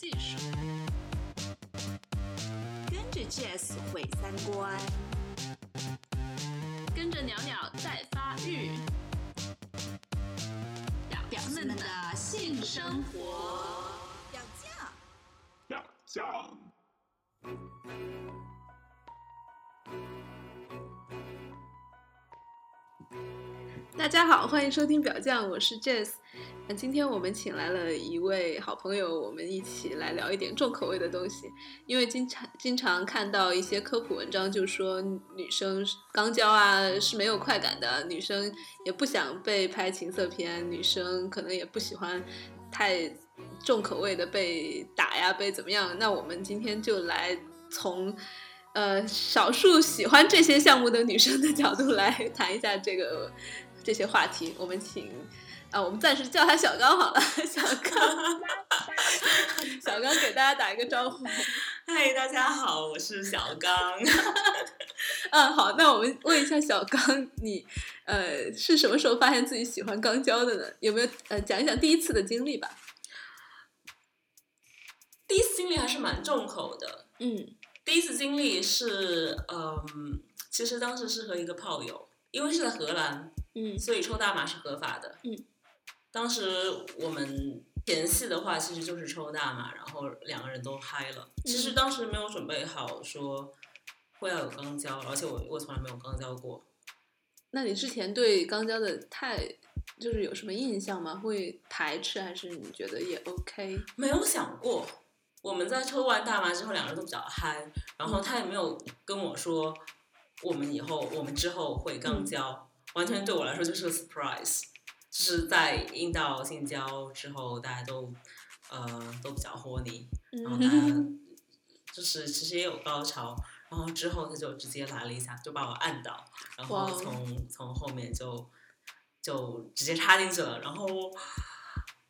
技术，跟着 Jazz 毁三观，跟着鸟鸟在发育，表表们的性生活。表酱。表酱，大家好，欢迎收听表酱，我是 Jess。那今天我们请来了一位好朋友，我们一起来聊一点重口味的东西。因为经常经常看到一些科普文章，就说女生肛交啊是没有快感的，女生也不想被拍情色片，女生可能也不喜欢太重口味的被打呀，被怎么样？那我们今天就来从。呃，少数喜欢这些项目的女生的角度来 谈一下这个这些话题。我们请啊，我们暂时叫她小刚好了， 小刚，小刚给大家打一个招呼。嗨，大家好，我是小刚。嗯，好，那我们问一下小刚，你呃是什么时候发现自己喜欢肛交的呢？有没有呃讲一讲第一次的经历吧？第一次经历还是蛮重口的。嗯第一次经历是，嗯，其实当时是和一个炮友，因为是在荷兰，嗯所以抽大麻是合法的。嗯，当时我们前戏的话，其实就是抽大麻，然后两个人都嗨了。其实当时没有准备好说会要有肛交，而且我我从来没有肛交过。那你之前对肛交的太就是有什么印象吗？会排斥还是你觉得也 OK？没有想过，我们在抽完大麻之后，两个人都比较嗨，然后他也没有跟我说我们以后我们之后会肛交，完全对我来说就是个 surprise，就是在阴道性交之后，大家都呃都比较 horny，然后大家嗯，就是其实也有高潮。然后之后他就直接来了一下，就把我按倒，然哇后哦从从后面就就直接插进去了。然后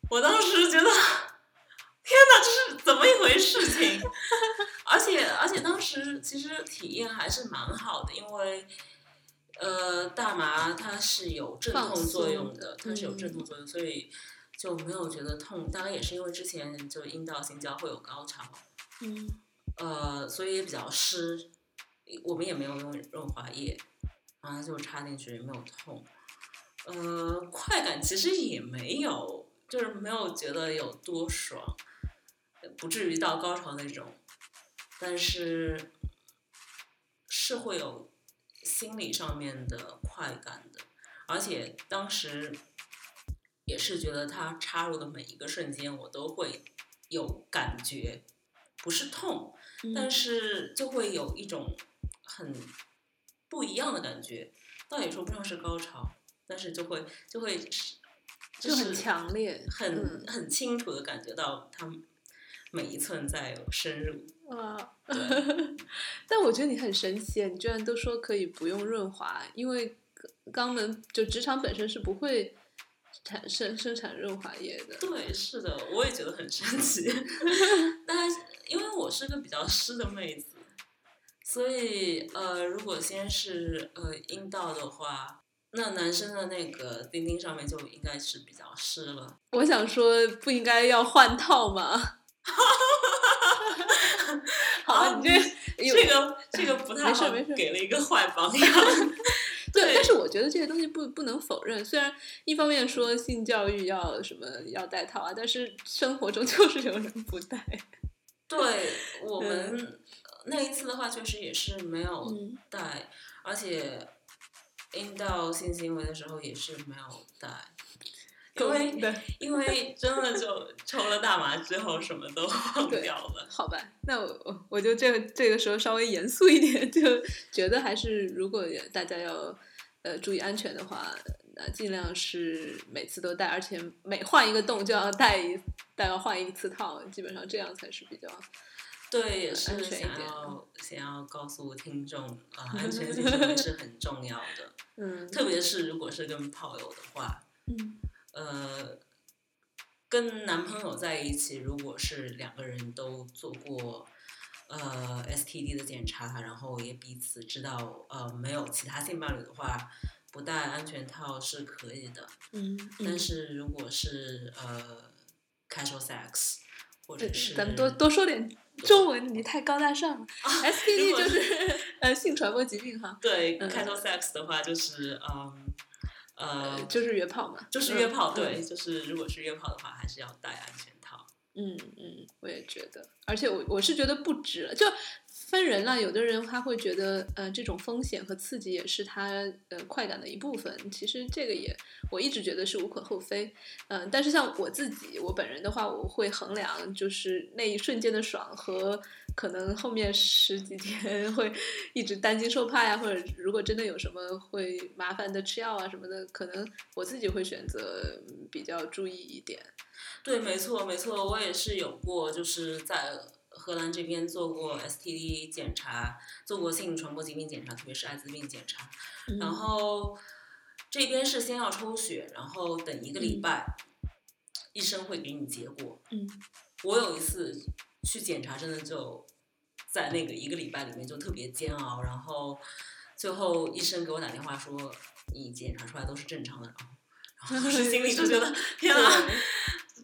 我当时觉得，天哪，这是怎么一回事情？ 而且而且当时其实体验还是蛮好的，因为呃大麻它是有镇放痛作松用的，它是有镇嗯痛作用，所以就没有觉得痛。大概也是因为之前就阴道性交会有高潮，嗯呃，所以也比较湿，我们也没有用润滑液，然后就插进去也没有痛，呃，快感其实也没有，就是没有觉得有多爽，呃不至于到高潮那种，但是是会有心理上面的快感的，而且当时也是觉得它插入的每一个瞬间，我都会有感觉，不是痛，嗯但是就会有一种很不一样的感觉，倒也说不上是高潮，但是就会就会就很是强烈，很嗯很清楚的感觉到它每一寸在深入，哇！对 但我觉得你很神奇，你居然都说可以不用润滑，因为肛门就直肠本身是不会产生生产润滑液的。对，是的，我也觉得很神奇。 但因为我是个比较湿的妹子，所以呃，如果先是呃阴道的话，那男生的那个丁丁上面就应该是比较湿了。我想说，不应该要换套吗？好了，啊你这有啊这个这个不太没事好没事，给了一个坏榜样。 对，对但是我觉得这些东西不不能否认。虽然一方面说性教育要什么要戴套啊，但是生活中 就是有人不戴。对我们那一次的话，确实也是没有嗯带，而且阴道性行为的时候也是没有带，因为 对，因为真的就抽了大麻之后什么 都忘对掉了。 好吧，那我我我就这个这个时候稍微严肃一点， 就觉得还是如果大家要呃注意安全的话，那尽量是每次都戴，而且每换一个洞就要戴一戴要换一次套，基本上这样才是比较对，也安是全一想点嗯要想要告诉听众啊、安全性行为是很重要 的，嗯特别是如果是跟炮友的话，嗯呃，跟男朋友在一起，如果是两个人都做过呃 STD 的检查，然后也彼此知道呃没有其他性伴侣的话，不戴安全套是可以的。嗯，但是如果是呃 casual sex 或者是咱们多多说点中文，你太高大上了。如 STD 果就是呃性传播疾病 哈，对嗯 casual sex 的话，就是嗯呃，就是约炮嘛，就是约嗯炮，对，就是如果是约炮的话，还是要戴安全套。嗯嗯，我也觉得，而且我我是觉得不值了，就分人了。有的人他会觉得，呃，这种风险和刺激也是他呃快感的一部分。其实这个也我一直觉得是无可厚非，嗯、但是像我自己，我本人的话，我会衡量就是那一瞬间的爽和可能后面十几天 会一直担惊受怕呀，或者如果真的有什么会麻烦的吃药啊什么的，可能我自己会选择嗯比较注意一点。对，没错，没错，我也是有过，就是在荷兰这边做过 STD 检查，做过性传播疾病检查，特别是艾滋病检查。嗯然后这边是先要抽血，然后等一个礼嗯拜，医生会给你结果。嗯。我有一次去检查，真的就在那个一个礼拜里面就特别煎熬，然后最后医生给我打电话说你检查出来都是正常的，然后 然后当时心里就 觉得天啊，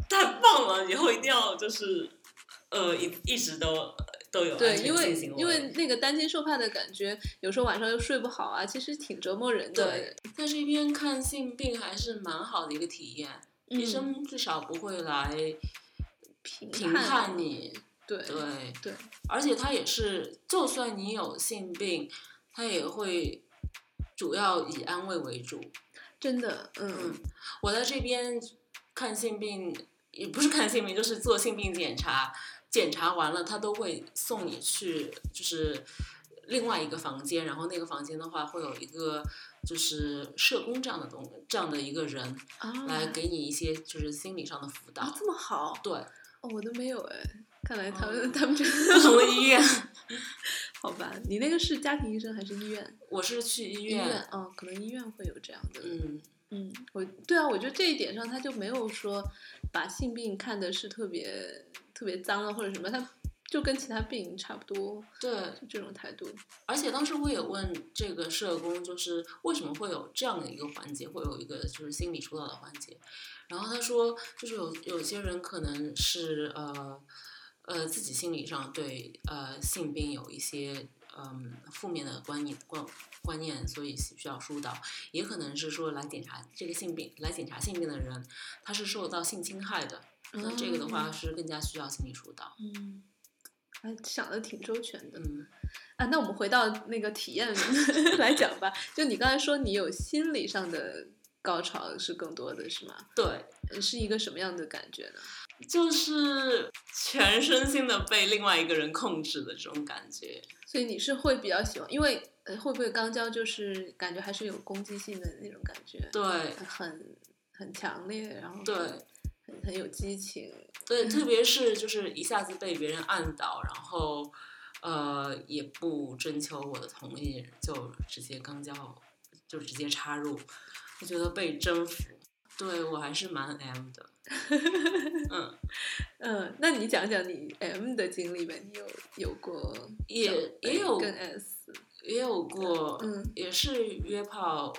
太棒了，以后一定要就是呃一一直都呃都有安对，全因为性行因为为那个担惊受怕的感觉，有时候晚上又睡不好啊，其实挺折磨人的对。在这边看性病还是蛮好的一个体验，嗯医生至少不会来评评判你，对对。对，而且他也是，就算你有性病，他也会主要以安慰为主。真的，嗯嗯，我在这边看性病，也不是看性病，就是做性病检查，检查完了他都会送你去，就是另外一个房间，然后那个房间的话会有一个就是社工这样的东这样的一个人啊，来给你一些就是心理上的辅导啊。这么好，对， 哦，我都没有哎。看来他们、哦他们 这不同的医院，好吧，你那个是家庭医生还是医院？我是去医医院，院哦，可能医院会有这样的。嗯，嗯，我对啊，我觉得这一点上他就没有说把性病看的是特别特别脏啊或者什么，他就跟其他病差不多，对，就这种态度。而且当时我也问这个社工，就是为什么会有这样的一个环节，会有一个就是心理疏导的环节。然后他说，就是有有些人可能是呃呃自己心理上对呃性病有一些嗯、负面的观念观观念，所以需要疏导。也可能是说来检查这个性病来检查性病的人，他是受到性侵害的。那这个的话是更加需要心理疏导。嗯，还想的挺周全的嗯，啊。那我们回到那个体验 来讲吧，就你刚才说你有心理上的高潮是更多的是吗？对。呃是一个什么样的感觉呢？就是全身心的被另外一个人控制的这种感觉。所以你是会比较喜欢，因为呃会不会肛交就是感觉还是有攻击性的那种感觉，对呃很很强烈，然后对很很有激情，对，特别是就是一下子被别人按倒，然后呃也不征求我的同意，就直接刚交，就直接插入，我觉得被征服。对我还是蛮 M 的，嗯，嗯，那你讲讲你 M 的经历呗，你有有过也小也有跟 S，也有过，嗯也是约炮，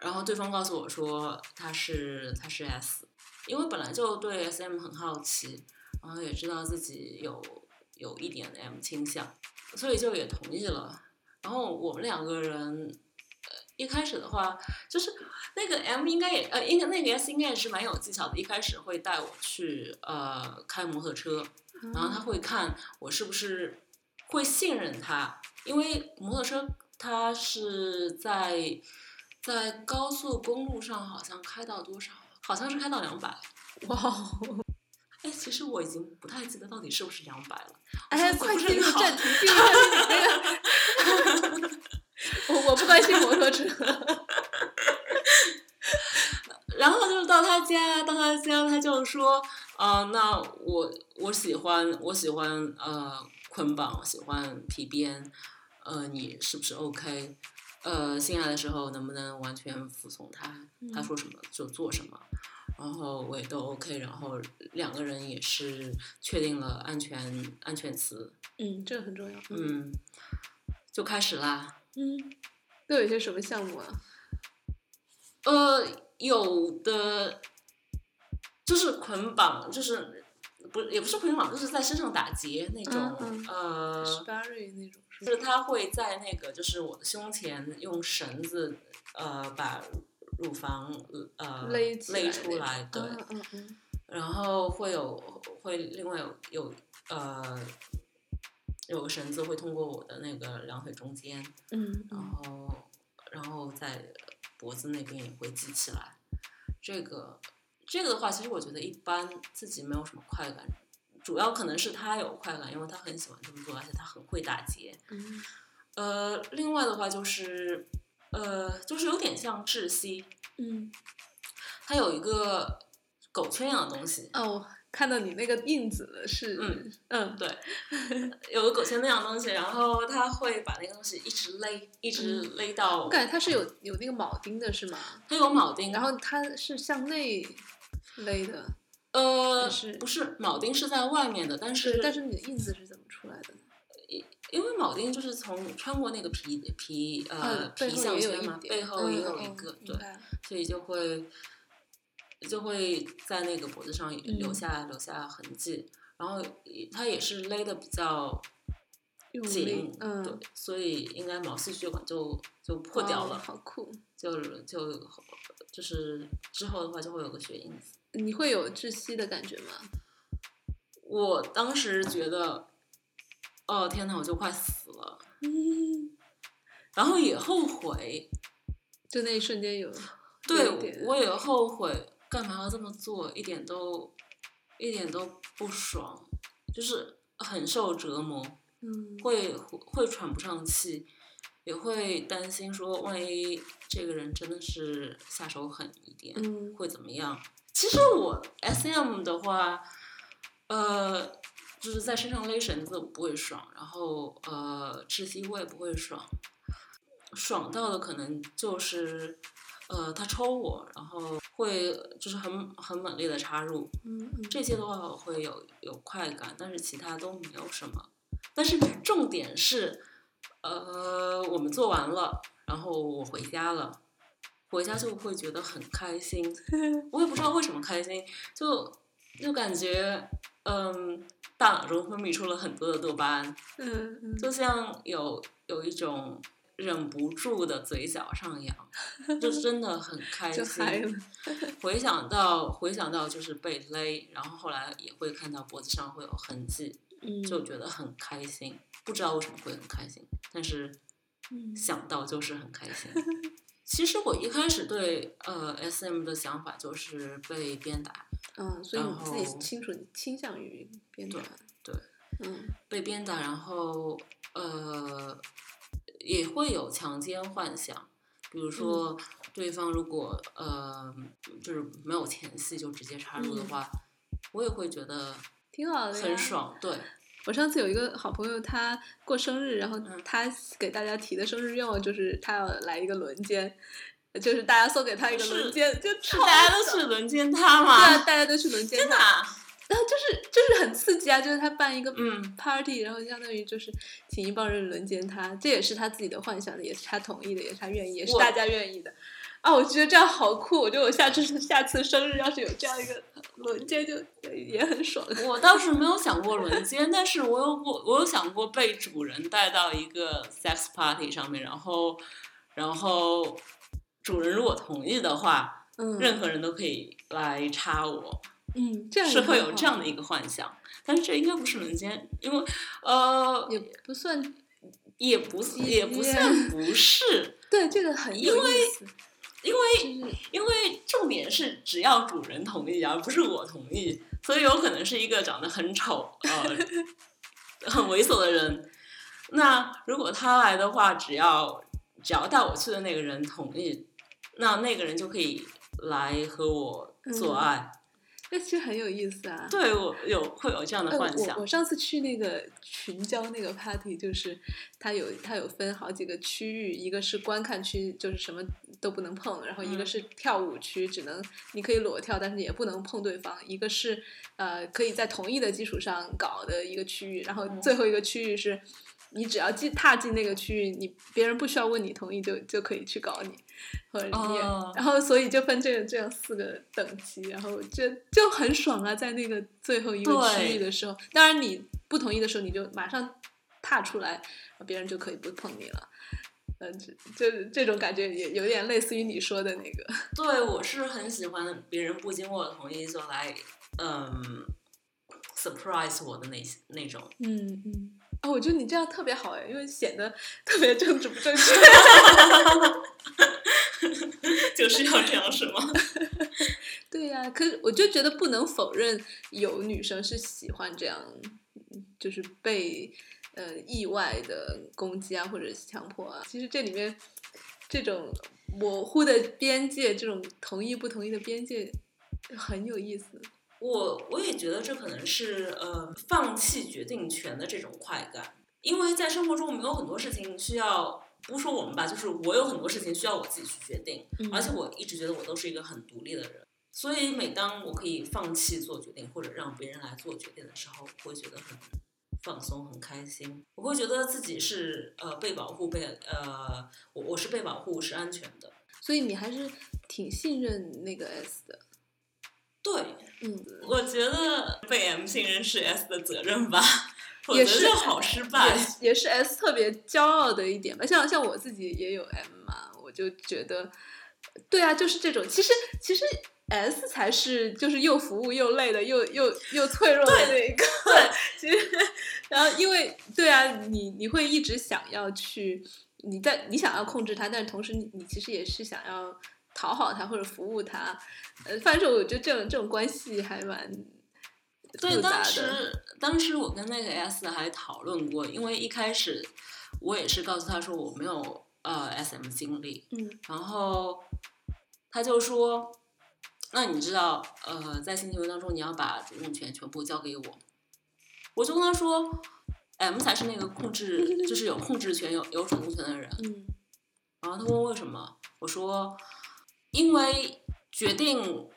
然后对方告诉我说他是他是 S，因为本来就对 SM 很好奇，然后也知道自己有有一点 M 倾向，所以就也同意了。然后我们两个人。呃一开始的话，就是那个 M 应该也呃，应该那个 S 应该也是蛮有技巧的。一开始会带我去呃开摩托车，然后他会看我是不是会信任他，因为摩托车它是在在高速公路上好像开到多少，好像是开到两百。哇哦。哎，其实我已经不太记得到底是不是两百了。哎，我快不是进入很好暂停，进入暂停，你那个， 我我不关心摩托车，然后就到他家，到他家他就说，呃，那我我喜欢我喜欢呃捆绑，我喜欢皮鞭，呃，你是不是 OK？呃，性爱的时候能不能完全服从他？他说什么就做什么，然后我也都 OK，然后两个人也是确定了安全安全词，嗯，这个很重要，嗯嗯，就开始啦。嗯，都有些什么项目啊？呃，有的就是捆绑，就是不是也不是普通老，就是在身上打结那种，嗯嗯呃， s p a r y 那种是就是吗？他会在那个就是我的胸前用绳子呃把乳房呃勒起来出来，对，嗯嗯嗯，然后会有会另外有有呃有个绳子会通过我的那个两腿中间，嗯然嗯后然后在脖子那边也会系起来。这个这个的话，其实我觉得一般自己没有什么快感，主要可能是他有快感，因为他很喜欢这么做，而且他很会打结。嗯呃，另外的话就是呃，就是有点像窒息，嗯，它有一个狗圈一样的东西，哦，我看到你那个印子了，是嗯嗯对，有个狗圈那样的东西，然后它会把那个东西一直勒，一直勒嗯到我，感觉它是有有那个铆钉的是吗？它有铆钉，然后它是向内勒的，呃还是不是铆钉是在外面的，但是对，但是你的印子是怎么出来的呢？因为铆钉就是从穿过那个皮皮呃、嗯，背皮后项也有圈嘛一，点，背后也嗯有一嗯个、明对，白了所以就会就会在那个脖子上嗯留下、留下痕迹，然后也它也是勒的比较用力紧，，对嗯，，所以应该毛细血管就就破掉哇了，好酷。就就就是之后的话就会有个血印子。你会有窒息的感觉吗？我当时觉得，哦天呐，我就快死了，然后也后悔，就那一瞬间有，有一对点我也后悔，干嘛要这么做？一点都一点都不爽，就是很受折磨，嗯，会会喘不上气，也会担心说，万一这个人真的是下手狠一点，嗯会怎么样？其实我 S M 的话，呃，就是在身上勒绳子我不会爽，然后呃窒息我也不会爽，爽到的可能就是呃他抽我，然后会就是很很猛烈的插入，嗯嗯这些的话我会有有快感，但是其他都没有什么。但是重点是，呃，我们做完了，然后我回家了，回家就会觉得很开心， 我也不知道为什么开心，就就感觉，嗯，大脑中分泌出了很多的多巴胺，嗯嗯，就像有有一种忍不住的嘴角上扬，就真 的很开就嗨了心。回想到回想到就是被勒，然后后来也会看到脖子上会有痕迹，嗯，就觉得很开心。不知道为什么会很开心，但是嗯想到就是很开心。 其实我一开始对呃 S M 的想法就是被鞭打，嗯，所以然你自己后清楚，你倾向于鞭打，对对，嗯被鞭打，然后呃也会有强奸幻想，比如说对方如果呃就是没有前戏就直接插入的嗯话，我也会觉得挺好的呀，很爽。对，我上次有一个好朋友，他过生日，然后嗯他给大家提的生日愿望就是他要来一个轮奸，就是大家送给他一个是轮奸，就超大家爽都是轮奸他对啊，嘛，大家都去轮奸真的他，啊、然后就是就是很刺激啊，就是他办一个嗯 party，、然后相当于就是请一帮人轮奸他，这也是他自己的幻想的，也是他同意的，也是他愿意，也是我大家愿意的。啊，我觉得这样好酷！我觉得我下次下次生日要是有这样一个轮奸就，也很爽。 我倒是没有想过轮奸，但是我有过，我有想过被主人带到一个 sex party 上面，然后，然后主人如果同意的话，嗯任何人都可以来插我，嗯，这样是也会很有好这样的一个幻想。但是这应该不是轮奸，因为呃，也不算也不是也也不算不是，对，这个很有因为意思。因为因为重点是只要主人同意，而不是我同意，所以有可能是一个长得很丑、呃很猥琐的人。那如果他来的话，只要只要带我去的那个人同意，那那个人就可以来和我做爱。那其实很有意思啊。对我有会有这样哎的幻想我我，上次去那个群交那个 party，就是它有它有分好几个区域，一个是观看区，就是什么都不能碰，然后一个嗯是跳舞区，只能你可以裸跳，但是也不能碰对方；一个嗯是呃可以在同意的基础上搞的一个区域，然后最后一个区域是。你只要进踏进那个区域，你别人不需要问你同意就就可以去搞你，或者你也，哦然后所以就分这个这样四个等级，然后就就很爽啊，在那个最后一个对区域的时候，当然你不同意的时候，你就马上踏出来，别人就可以不碰你了。呃，这这这种感觉也有点类似于你说的那个，对我是很喜欢别人不经过我同意就来，嗯，surprise 我的那些那种。嗯嗯。啊、我觉得你这样特别好哎，因为显得特别政治不正确。 就是要这样是吗？对呀、可是我就觉得不能否认，有女生是喜欢这样，嗯就是被呃意外的攻击啊，或者强迫啊。其实这里面这种模糊的边界，这种同意不同意的边界很有意思。我我也觉得这可能是呃放弃决定权的这种快感，因为在生活中我们有很多事情需要，不说我们吧，就是我有很多事情需要我自己去决定，嗯而且我一直觉得我都是一个很独立的人，所以每当我可以放弃做决定或者让别人来做决定的时候，我会觉得很放松、很开心，我会觉得自己是呃被保护、被呃我我是被保护、是安全的。所以你还是挺信任那个 S 的，对，嗯，我觉得被 M 信任是 S 的责任吧，否也则是就好失败也。是也是 S 特别骄傲的一点吧。像像我自己也有 M 嘛，我就觉得，对啊，就是这种。其实其实 S 才是就是又服务又累的，又又又脆弱的那一个。对， 其实然后因为对啊，你你会一直想要去，你在你想要控制它，但是同时你你其实也是想要讨好它或者服务它。呃，反正我觉得这种这种关系还蛮。对，复杂当的时当时我跟那个 S 还讨论过，因为一开始我也是告诉他说我没有呃 SM 经历，嗯，然后他就说，那你知道呃在性行为当中你要把主动权全部交给我，我就跟他说。M 才是那个控制，就是有控制权、有有主动权的人。嗯然后他问为什么，我说因为决定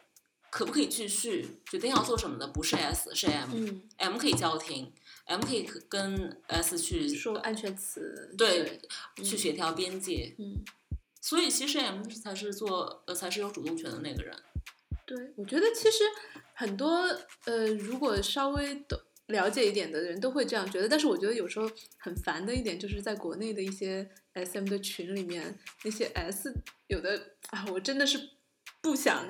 可不可以继续，决定要做什么的不是 S 是 M，M、嗯， M 可以叫停，M 可以跟 S 去说安全词，对嗯去协调边界，嗯，所以其实 M 才是做呃才是有主动权的那个人，对，我觉得其实很多呃，如果稍微懂了解一点的人都会这样觉得，但是我觉得有时候很烦的一点就是在国内的一些 SM 的群里面，那些 S 有的啊，我真的是不想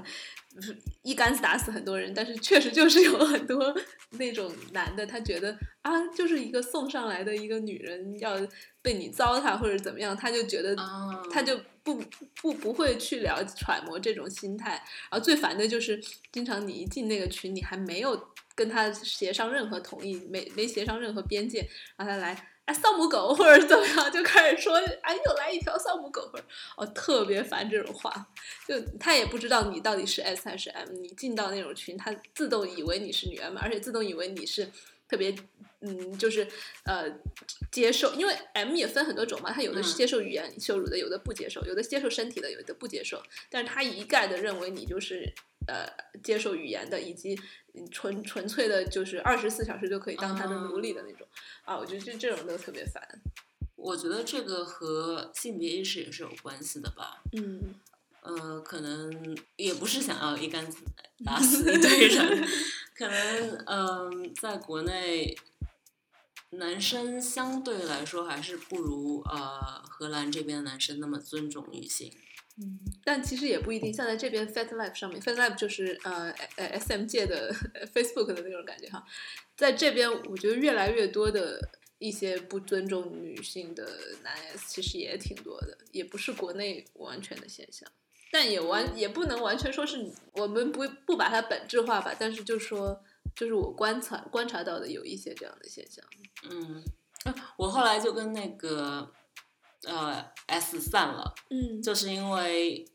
嗯一竿子打死很多人，但是确实就是有很多那种男的，他觉得啊，就是一个送上来的一个女人要被你糟蹋或者怎么样，他就觉得啊呃他就不不不会去了揣摩这种心态。然后最烦的就是，经常你一进那个群，你还没有跟他协商任何同意，没没协商任何边界，然后他来。哎，丧母狗或者怎么样，就开始说，哎，又来一条丧母狗，或者哦，特别烦这种话。就他也不知道你到底是 S 还是 M，你进到那种群，他自动以为你是女 M，而且自动以为你是特别，嗯，就是呃，接受，因为 M 也分很多种嘛，他有的是嗯接受语言羞辱的，有的不接受，有的接受身体的，有的不接受。但是他一概的认为你就是呃接受语言的，以及嗯纯纯粹的，就是二十四小时就可以当他的奴隶的那种啊，我觉得这这种都特别烦。我觉得这个和性别意识也是有关系的吧，嗯呃，可能也不是想要一竿子打死一堆人， 可能嗯、在国内男生相对来说还是不如呃荷兰这边的男生那么尊重女性。嗯，但其实也不一定，像在这边 Fat Life 上面，Fat Life 就是呃呃 S M 界的呃 Facebook 的那种感觉哈，在这边我觉得越来越多的一些不尊重女性的男 S 其实也挺多的，也不是国内完全的现象，但也完也不能完全说是我们不不把它本质化吧，但是就说就是我观察观察到的有一些这样的现象，嗯，我后来就跟那个呃 S 散了，嗯就是因为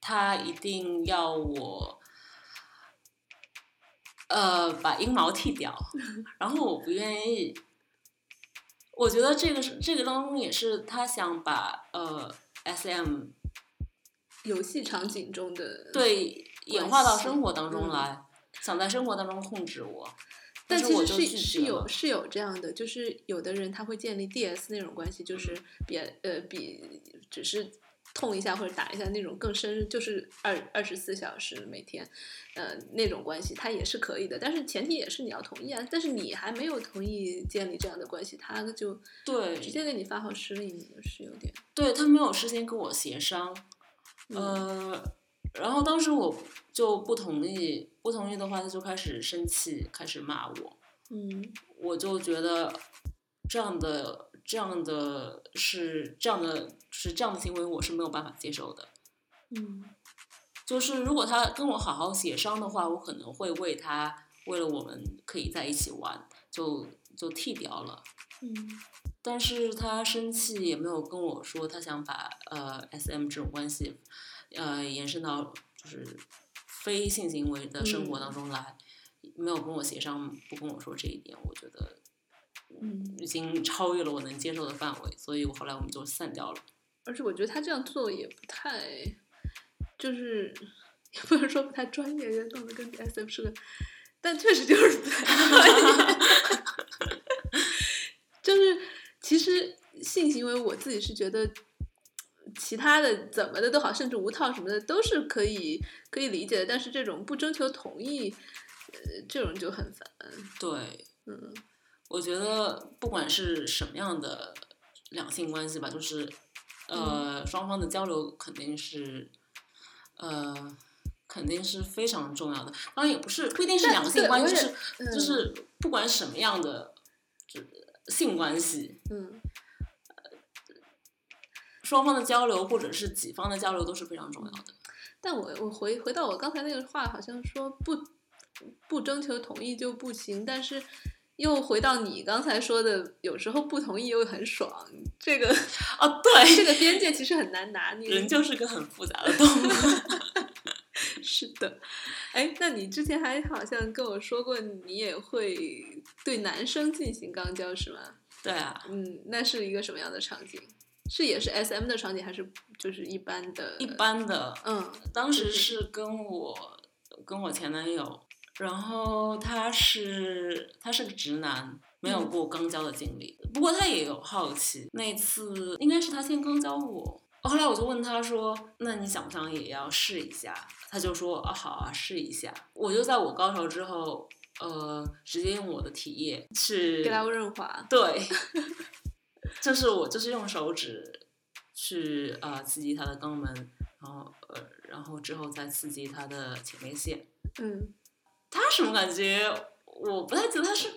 他一定要我，呃，把阴毛剃 掉，然后我不愿意。我觉得这个是这个当中也是他想把呃 S M 游戏场景中的对演化到生活当嗯中来，想在生活当中控制我。但是其我实就是拒是绝有了是有这样的，就是有的人他会建立 DS 那种关系，就是嗯比呃比只是痛一下或者打一下那种更深，就是二二十四小时每天，呃那种关系他也是可以的，但是前提也是你要同意啊。但是你还没有同意建立这样的关系，他就对直接给你发号施令，是有点对他没有事先跟我协商，嗯呃，然后当时我就不同意，不同意的话他就开始生气，开始骂我，嗯我就觉得这样的这样的是这样的是这样的行为我是没有办法接受的。嗯就是如果他跟我好好协商的话，我可能会为他为了我们可以在一起玩，就就剃掉了。嗯但是他生气也没有跟我说，他想把呃 S M 这种关系，呃延伸到就是非性行为的生活当中来，没有跟我协商，不跟我说这一点，我觉得嗯，已经超越了我能接受的范围，所以我后来我们就散掉了。而且我觉得他这样做也不太，就是也不能说不太专业，也弄得跟 S M 是个，但确实就是不太专业。 就是其实性行为，我自己是觉得。其他的怎么的都好，甚至无套什么的都是可以可以理解的，但是这种不征求同意，呃，这种就很烦。对，嗯我觉得不管是什么样的两性关系吧，就是呃、嗯双方的交流肯定是呃肯定是非常重要的。当然也不是不一定是但两性对关我系，就也是、就嗯是不管什么样的就性关系，嗯，双方的交流或者是几方的交流都是非常重要的。但我我回回到我刚才那个话，好像说不不征求同意就不行，但是又回到你刚才说的，有时候不同意又很爽，这个哦，对，嗯这个边界其实很难拿捏。人就是个很复杂的动物。 是的，哎，那你之前还好像跟我说过，你也会对男生进行肛交是吗？对啊，嗯，那是一个什么样的场景？是也是 S M 的场景，还是就是一般的？一。般的嗯当时是跟我跟我前男友，然后他是他是个直男，没嗯有过肛交的经历，不过他也有好奇。那次应该是他先肛交我，后来我就问他说：“那你想不想也要试一下？”他就说：“啊，好啊，试一下。”我就在我高潮之后，呃，直接用我的体液去给他润滑。对， 就是我就是用手指去呃刺激他的肛门，然后呃然后之后再刺激他的前列腺。嗯他什么感觉？我不太记得他是。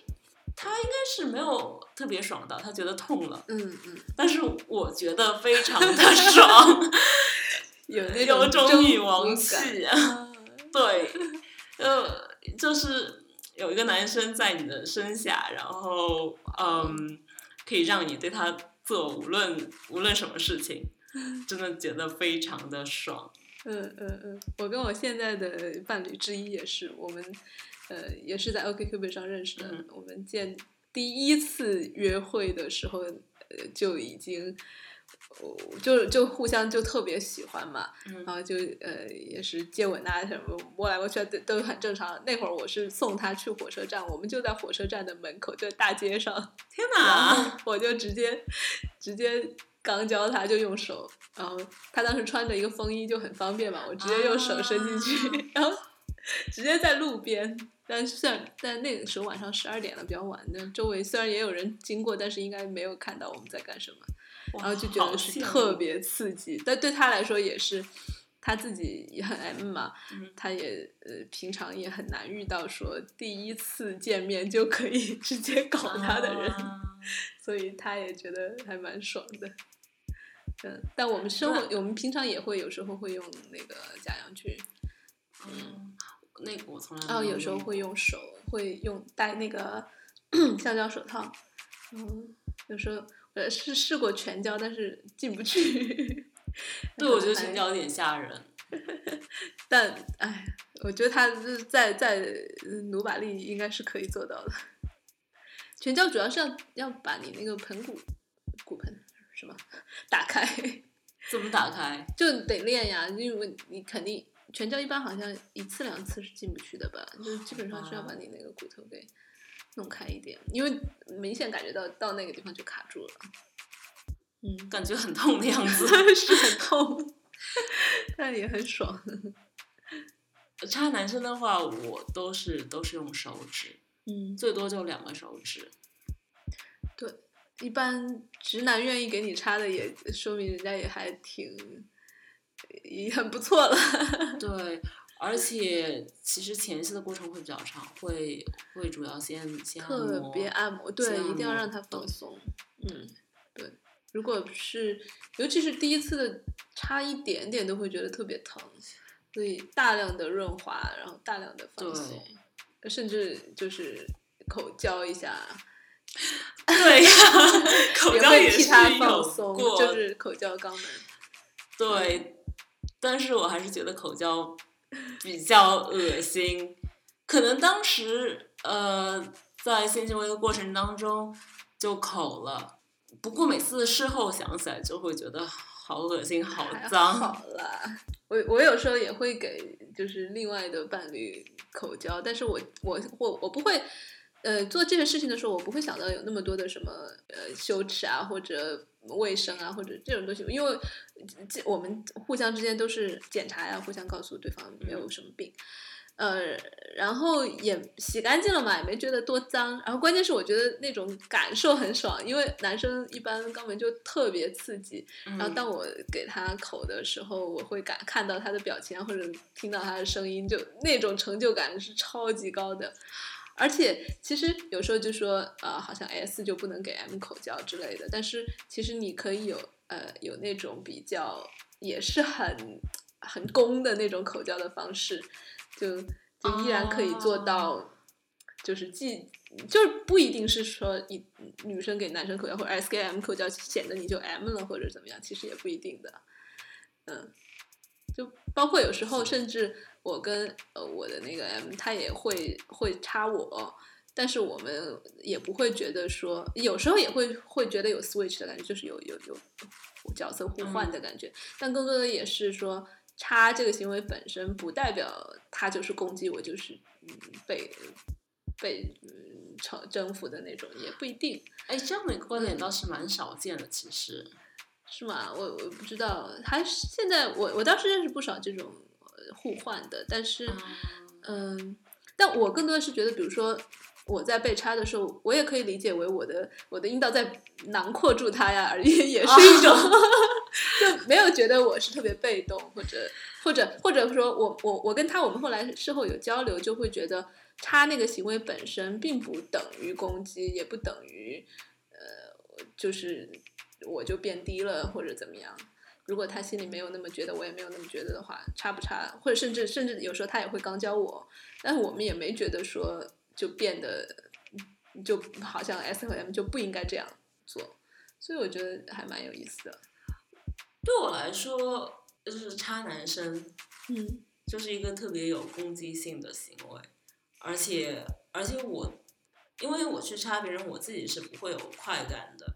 他应该是没有特别爽的，他觉得痛了，嗯嗯，但是我觉得非常的 爽，有那有征种女服王感 气。啊对，呃，就是有一个男生在你的身下，然后嗯，可以让你对他做无论无论什么事情，真的觉得非常的爽。 嗯嗯嗯，我跟我现在的伴侣之一也是，我们呃也是在 OkCupid 上认识的。嗯我们见第一次约会的时候，呃就已经。我就就互相就特别喜欢嘛，嗯然后就呃也是接吻啊什么摸来摸去啊都都很正常。那会儿我是送他去火车站，我们就在火车站的门口，就大街上，天然后哪！ 我就直接直接刚教他，就用手，然后他当时穿着一个风衣就很方便嘛，我直接用手伸进去，啊然后直接在路边。但是虽然但那个时候晚上十二点了，比较晚，但周围虽然也有人经过，但是应该没有看到我们在干什么，哇然后就觉好得是羡特慕别刺激。但对他来说也是，他自己也很 M 嘛，嗯他也呃平常也很难遇到说第一次见面就可以 直接搞他的人。啊所以他也觉得还蛮爽的。嗯，但我们生活，我们平常也会有时候会用那个假阳具，嗯，那个我从来然后没哦有时候用会过用手，会用戴那个 橡胶手套。嗯，有时候呃是试过全胶，但是进不去。 对，我觉得还拳脚有点吓人。但哎，我觉得他是在在呃努把力应该是可以做到的。全教主要是要要把你那个盆骨骨盆什么 打开，怎么打开？就得练呀，因为你肯定全教一般好像一次两次是进不去的吧，就是基本上是要把你那个骨头给弄开一点，因为明显感觉到到那个地方就卡住了。嗯，感觉很痛的样子。 是很痛，但也很爽。 插男生的话，我都是都是用手指，嗯，最多就两个手指。一般直男愿意给你插的，也说明人家也还挺也很不错了。对，而且其实前戏的过程会比较长，会会主要先先按特摩别按摩，对先，按一定要摩让它放对松。嗯，对。如果是，尤其是第一次的插一点点，都会觉得特别疼，所以大量的润滑，然后大量的放松，呃甚至就是口交一下，对呀、口也交会也替是他有放松，过，就是口交肛门。对，但是我还是觉得口交比较恶心。可能当时呃，在性行为的过程当中就口了，不过每次事后想起来就会觉得好恶心、好嗯还脏。好啦，我我有时候也会给就是另外的伴侣口交，但是我我我我不会。呃，做这个事情的时候，我不会想到有那么多的什么呃羞耻啊，或者卫生啊，或者这种东西，因为这我们互相之间都是检查呀、互相告诉对方嗯没有什么病，呃，然后也洗干净了嘛，也没觉得多脏。然后关键是我觉得那种感受很爽，因为男生一般肛门就特别刺激，嗯然后当我给他口的时候，我会感看到他的表情啊，或者听到他的声音，就那种成就感是超级高的。而且其实有时候就说，呃，好像 S 就不能给 M 口交之类的，但是其实你可以有呃有那种比较也是很很攻的那种口交的方式，就就依然可以做到，就是既就是不一定是说一女生给男生口交或者 S 给 M 口交显得你就 M 了或者怎么样，其实也不一定的，嗯，就包括有时候甚至我跟呃我的那个 M 他也会会插我。但是我们也不会觉得说，有时候也会会觉得有 switch 的感觉，就是有有有角色互换的感觉。但更多的也是说，插这个行为本身不代表他就是攻击我，就是嗯被被嗯征征服的那种，也不一定哎，这样的一个观嗯点倒是蛮少见的，其实。是吗？我我不知道，还是现在我我当时认识不少这种呃互换的，但是。嗯，但我更多的是觉得，比如说我在被插的时候，我也可以理解为我的我的阴道在囊括住它呀，而也也是一种、 就没有觉得我是特别被动，或者或者或者说我我我跟他我们后来事后有交流，就会觉得插那个行为本身并不等于攻击，也不等于呃就是我就变低了或者怎么样。如果他心里没有那么觉得，我也没有那么觉得的话，差不差，或者甚至甚至有时候他也会刚教我，但是我们也没觉得说就变得就好像 S 和 M 就不应该这样做，所以我觉得还蛮有意思的。对我来说，就是插男生嗯就是一个特别有攻击性的行为，而且而且我，因为我去插别人，我自己是不会有快感的，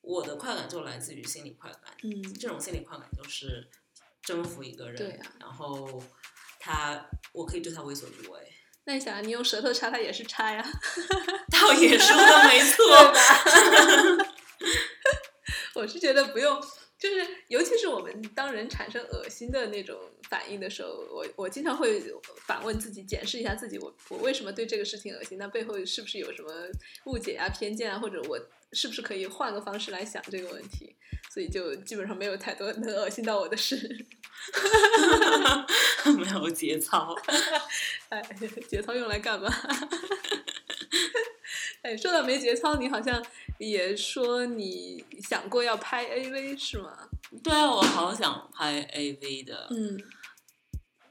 我的快感就来自于心理快感，嗯这种心理快感就是征服一个人，对啊然后他我可以对他为所欲为，那你想啊，你用舌头插它也是插呀，倒也说的 没对错，吧？我是觉得不用，就是尤其是我们当人产生恶心的那种反应的时候，我我经常会反问自己，检视一下自己，我我为什么对这个事情恶心？那背后是不是有什么误解啊、偏见啊，或者我是不是可以换个方式来想这个问题？所以就基本上没有太多能恶心到我的事。 没有节操，哎，节操用来干嘛？ 哎，说到没节操，你好像也说你想过要拍 AV 是吗？对啊，我好想拍 AV 的，嗯，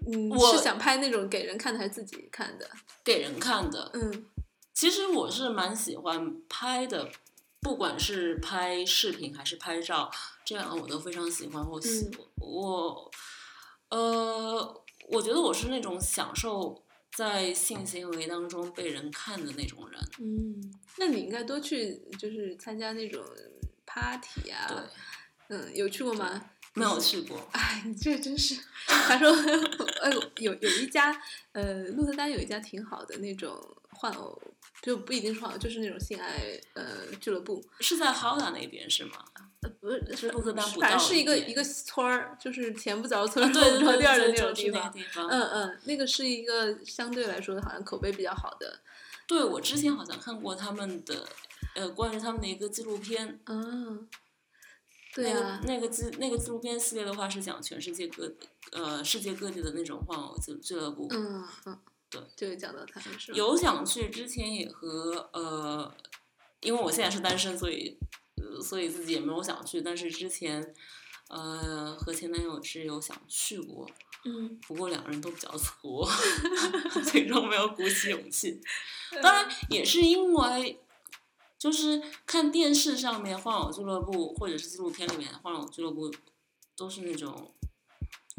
嗯，我是想拍那种给人看的还是自己看的？给人看的，嗯其实我是蛮喜欢拍的，不管是拍视频还是拍照，这两个我都非常喜欢。我喜、嗯我呃，我觉得我是那种享受在性行为当中被人看的那种人。嗯，那你应该多去就是参加那种 party 对，啊，嗯，有去过吗？ 没有去过。哎，你这真 是，他说，呃哎，有有一家，呃，鹿特丹有一家挺好的那种换偶就不一定是好，就是那种性爱呃俱乐部，是在 Howda 那边 是吗？呃不是，是鹿特丹古反道正是一个那边一个村儿，就是前不着村啊儿对后对不着对店儿的对，那就种是地那方。地方。嗯嗯，那个是一个相对来说好像口碑比较好的，对，我之前好像看过他们的，呃，关于他们的一个纪录片。嗯，对啊，那个那个纪那个纪录片系列的话，是讲全世界各呃世界各地的那种换偶俱俱乐部。嗯嗯，对，就讲到他们是吧有想去，之前也和呃，因为我现在是单身，所以、呃、所以自己也没有想去。但是之前呃和前男友是有想去过，嗯不过两个人都比较挫， 最终没有鼓起勇气。当然也是因为，就是看电视上面换偶俱乐部，或者是纪录片里面换偶俱乐部，都是那种，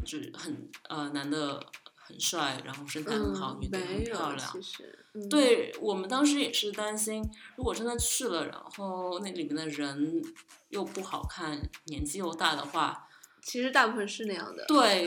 就是很呃男的很帅，然后身材很好，嗯女的也很没漂有，亮其。实嗯对我们当时也是担心，如果真的去了，然后那里面的人又不好看，年纪又大的话，其实大部分是那样的，对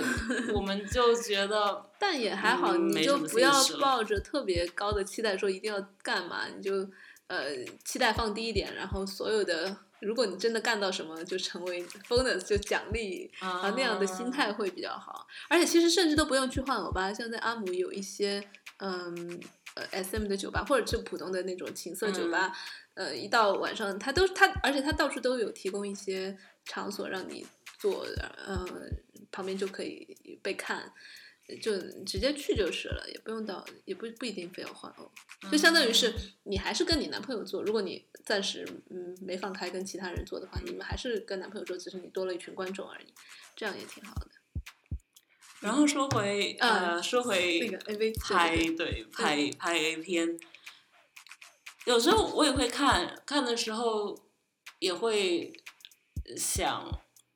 我们就觉得但也还好，嗯你没什就么不新要意识了抱着特别高的期待说一定要干嘛，你就呃期待放低一点，然后所有的。如果你真的干到什么，就成为 bonus，就奖励，然啊后那样的心态会比较好。而且其实甚至都不用去换偶吧，像在阿姆有一些嗯呃 SM 的酒吧，或者是普通的那种情色酒吧，呃，一到晚上它都它，而且它到处都有提供一些场所让你坐，呃，旁边就可以被看。就直接去就是了，也不用到，也不不一定非要换偶，就相当于嗯是你还是跟你男朋友做。如果你暂时嗯没放开跟其他人做的话，你们还是跟男朋友做，只是你多了一群观众而已，这样也挺好的。然后说回呃，嗯说回那个 AV 拍对对拍拍 A 片，有时候我也会看，看的时候也会想，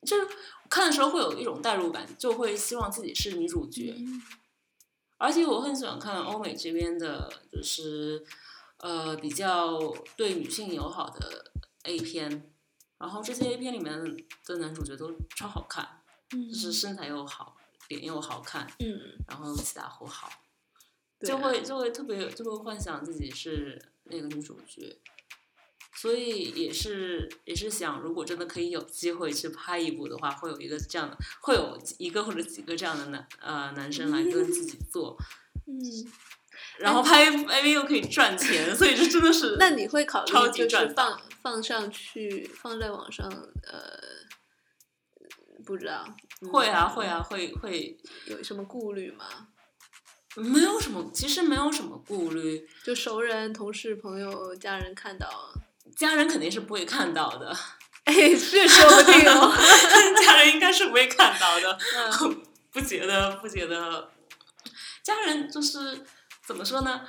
就是看的时候会有一种代入感，就会希望自己是女主角。嗯而且我很喜欢看欧美这边的，就是呃比较对女性友好的 A 片，然后这些 A 片里面的男主角都超好看，嗯就是身材又好，脸又好看，嗯，然后起打呼好，对就啊会就会特别就会幻想自己是那个女主角，所以也是也是想，如果真的可以有机会去拍一部的话，会有一个这样的，会有一个或者几个这样的男呃男生来跟自己 做， 嗯，然后拍 MV 又可以赚钱，所以这真的是那你会考超虑级就是赚到放放上去放在网上呃。不知道会啊嗯会啊会会有什么顾虑吗？没有什么，其实没有什么顾虑，就熟人、同事、朋友、家人看到，家人肯定是不会看到的，哎，这说不定哦。 家人应该是不会看到的。嗯 不觉得不觉得，家人就是怎么说呢？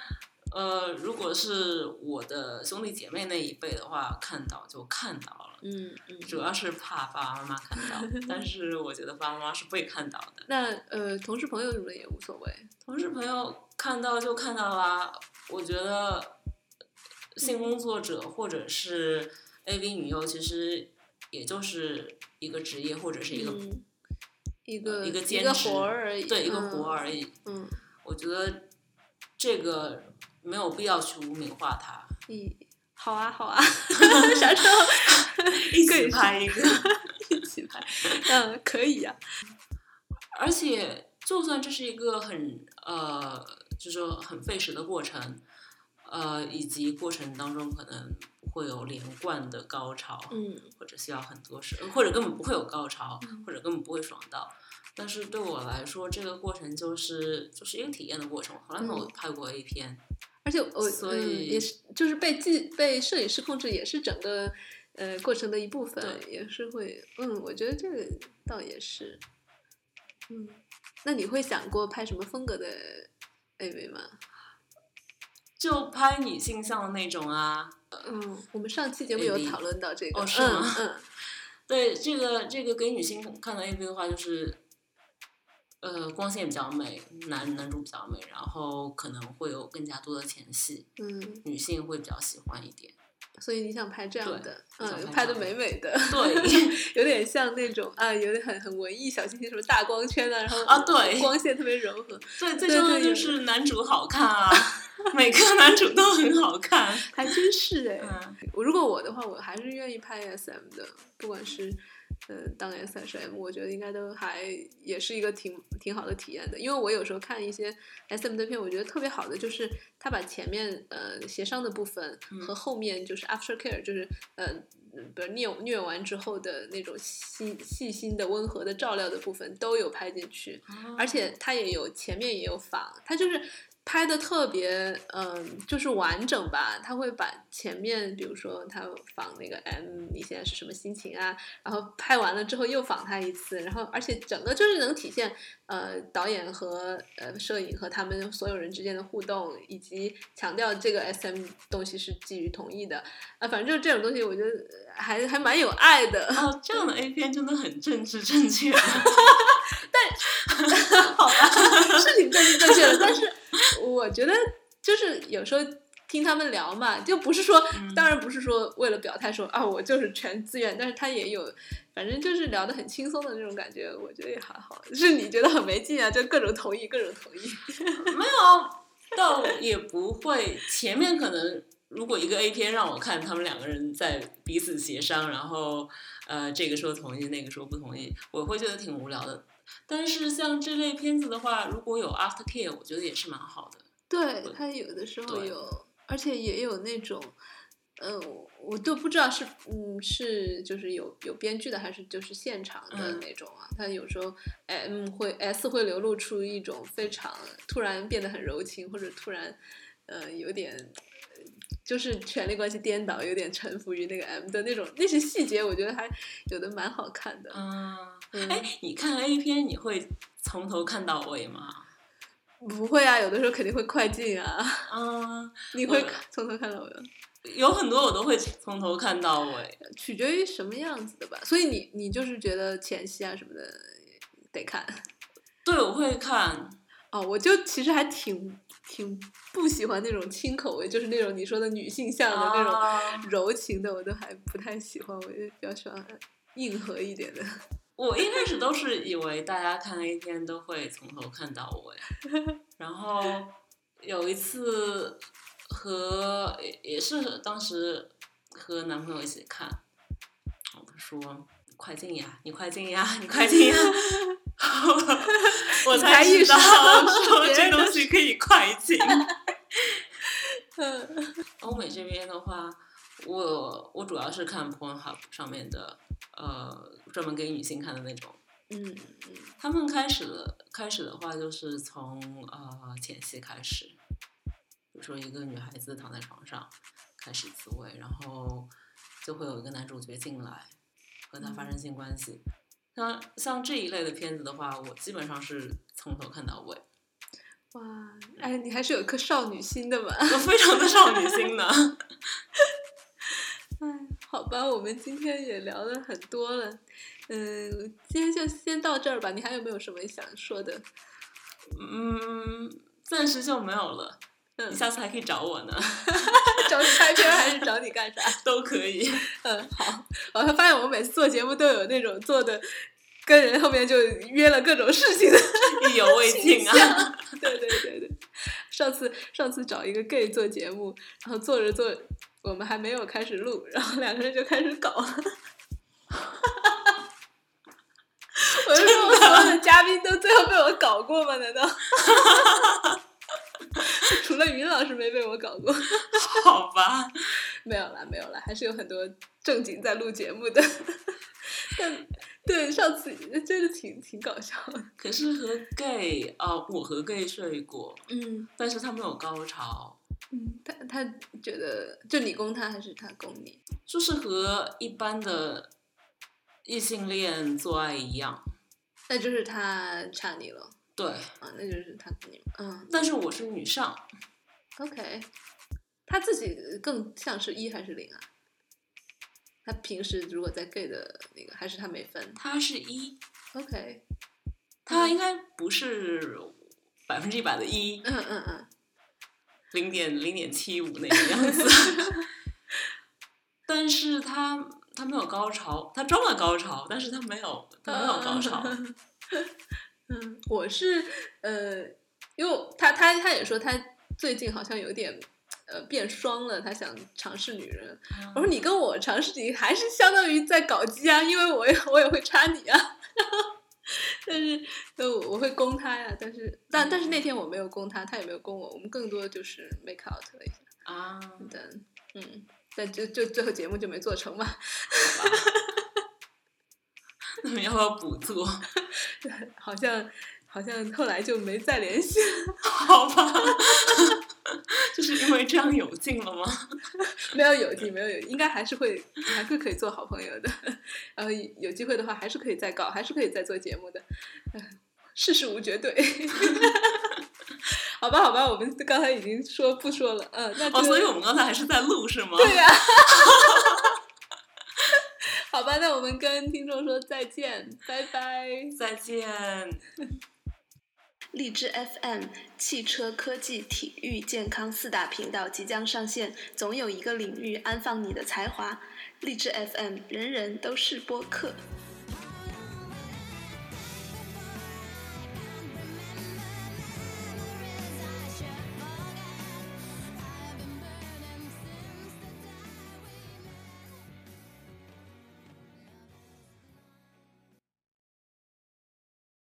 呃，如果是我的兄弟姐妹那一辈的话，看到就看到了，嗯嗯，主要是怕爸爸妈妈看 到，但是我觉得爸爸妈妈是不会看到的。 那呃，同事朋友什么的也无所谓。同事朋友看到就看到啦，我觉得性工作者或者是 AV 女优，其实也就是一个职业或者是一个、呃嗯，一个一个一兼个职活儿而已，对一个活儿。而已。嗯，我觉得这个没有必要去污名化它，一好啊好 啊，啥时候 一起拍一个。一起拍？嗯，可以啊呀、 而且，就算这是一个很呃，就是说很费时的过程，呃，以及过程当中可能会有连贯的高潮，嗯或者需要很多时，或者根本不会有高潮，或者根本不会爽到。但是对我来说，这个过程就是就是一个体验的过程。我从来没有嗯拍过 A 片，而且我所嗯、以也是，就是被记被摄影师控制，也是整个呃过程的一部分，对也是会嗯，我觉得这个倒也是，嗯，那你会想过拍什么风格的 AV 吗？就拍女性向的那种啊，嗯，我们上期节目有 AV 讨论到这个，哦是吗 嗯嗯对这个这个给女性看的 AV 的话，就是，呃，光线比较美，男男主比较美，然后可能会有更加多的前戏，嗯女性会比较喜欢一点。所以你想拍这样的，对想嗯，拍这拍的样的美美的， 对，有点像那种啊，有点很很文艺小清新，什么大光圈啊，然后啊对光线特别柔和，最最对重要对就有是男主好看啊，每个男主都很 好看。还真是哎。嗯，我如果我的话，我还是愿意拍 SM 的，不管是呃当 S 还是 M，我觉得应该都还也是一个挺挺好的体验的。因为我有时候看一些 SM 的片，我觉得特别好的就是他把前面呃协商的部分嗯和后面就是 after care，就是呃。比如虐虐完之后的那种细细心的、温和的照料的部分都有拍进去，哦嗯而且它也有前面也有仿，它就是拍的特别，嗯、就是完整吧。它会把前面，比如说他仿那个 M，你现在是什么心情啊？然后拍完了之后又仿他一次，然后而且整个就是能体现呃导演和呃摄影和他们所有人之间的互动，以及强调这个 SM 东西是基于同意的啊、反正就是这种东西，我觉得还还蛮有爱的。哦，这样的 A 片真的很政治正确。啊好吧，是挺正正确的，但是我觉得就是有时候听他们聊嘛，就不是说，当然不是说为了表态说啊我就是全自愿，但是他也有，反正就是聊得很轻松的那种感觉，我觉得也还好。是你觉得很没劲啊，就各种同意，各种同意。没有，倒也不会。前面可能如果一个 A 片让我看他们两个人在彼此协商，然后呃这个说同意，那个说不同意，我会觉得挺无聊的。但是像这类片子的话，如果有 after care，我觉得也是蛮好的。对他有的时候对有，而且也有那种，呃，我都不知道是嗯是就是有有编剧的还是就是现场的嗯那种啊。他有时候 M 会 S 会流露出一种非常突然变得很柔情，或者突然呃有点。呃就是权力关系颠倒，有点臣服于那个 M 的那种那些细节，我觉得还有的蛮好看的。嗯，嗯，哎，你看 A 片你会从头看到尾吗？不会啊，有的时候肯定会快进啊。 嗯，你会我看从头看到尾吗？有很多我都会从头看到尾。取决于什么样子的吧。所以你你就是觉得前戏啊什么的得看对，我会看。哦，我就其实还挺挺不喜欢那种轻口味，就是那种你说的女性向的那种啊柔情的，我都还不太喜欢，我就比较喜欢硬核一点的。我一开始都是以为大家看 A 片都会从头看到尾，然后有一次和也也是当时和男朋友一起看，我们说快进呀，你快进呀，你快进呀， 我你才意意识识到到 说别这人都东西可以快进。嗯欧美这边的话，我我主要是看 Pornhub 上面的呃专门给女性看的那种。嗯他们开始的开始的话，就是从呃前戏开始，比如说一个女孩子躺在床上开始自慰，然后就会有一个男主角进来和她发生性关系。那像这一类的片子的话，我基本上是从头看到尾，哇，哎，你还是有颗少女心的嘛。 我非常的少女心呢。 哎，好吧，我们今天也聊了很多了，嗯，今天就先到这儿吧。你还有没有什么想说的？ 嗯，暂时就没有了。嗯你，下次还可以找我呢，找你拍片儿还是找你干啥？都可以。嗯，好，我还发现我每次做节目都有那种做的，跟人后面就约了各种事情的意犹未尽啊！像。对对对对，上次上次找一个 gay 做节目，然后做着做，我们还没有开始录，然后两个人就开始搞。我就说，我所有的嘉宾都最后被我搞过吗？难道？ 除了云老师没被我搞过。 好吧，没有啦，没有啦，还是有很多正经在录节目的。 但对上次真的挺挺搞笑的。可是和 gay 啊、我和 gay 睡过，嗯但是他没有高潮，嗯，他他觉得就你攻他还是他攻你？就是和一般的异性恋做爱一样。那就是他差你了对，啊，那就是他攻你。嗯但是我是女上， ，OK，他自己更像是一还是零啊？他平时如果在 gay 的那个，还是他没分她是一， ？OK，她应该不是百分之一百的一，嗯嗯嗯，零点零点七五那个样子。但是他他没有高潮，他装了高潮，但是他没有他没有高潮。嗯，我是呃，因为他他他也说他最近好像有点呃变双了，他想尝试女人。我说你跟我尝试，你还是相当于在搞基啊，因为我也我也会插你啊。 但是，呃，我我会攻他呀。但是，但但是那天我没有攻他，他也没有攻我，我们更多就是 make out 了一下。啊， 但嗯，但就就最后节目就没做成嘛。 那你要不要补做？ 好像好像后来就没再联系了，好吧， 就是因为这样有劲了吗？没有友情，没有友，应该还是会还是可以做好朋友的。然后有机会的话，还是可以再搞，还是可以再做节目的。嗯世事无绝对。 好吧，好吧，我们刚才已经说不说了，嗯，那就、哦，所以我们刚才还是在录是吗？对呀、好吧，那我们跟听众说再见，拜拜。再见。荔枝 FM、汽车、科技、体育、健康四大频道即将上线，总有一个领域安放你的才华。荔枝 FM，人人都是播客。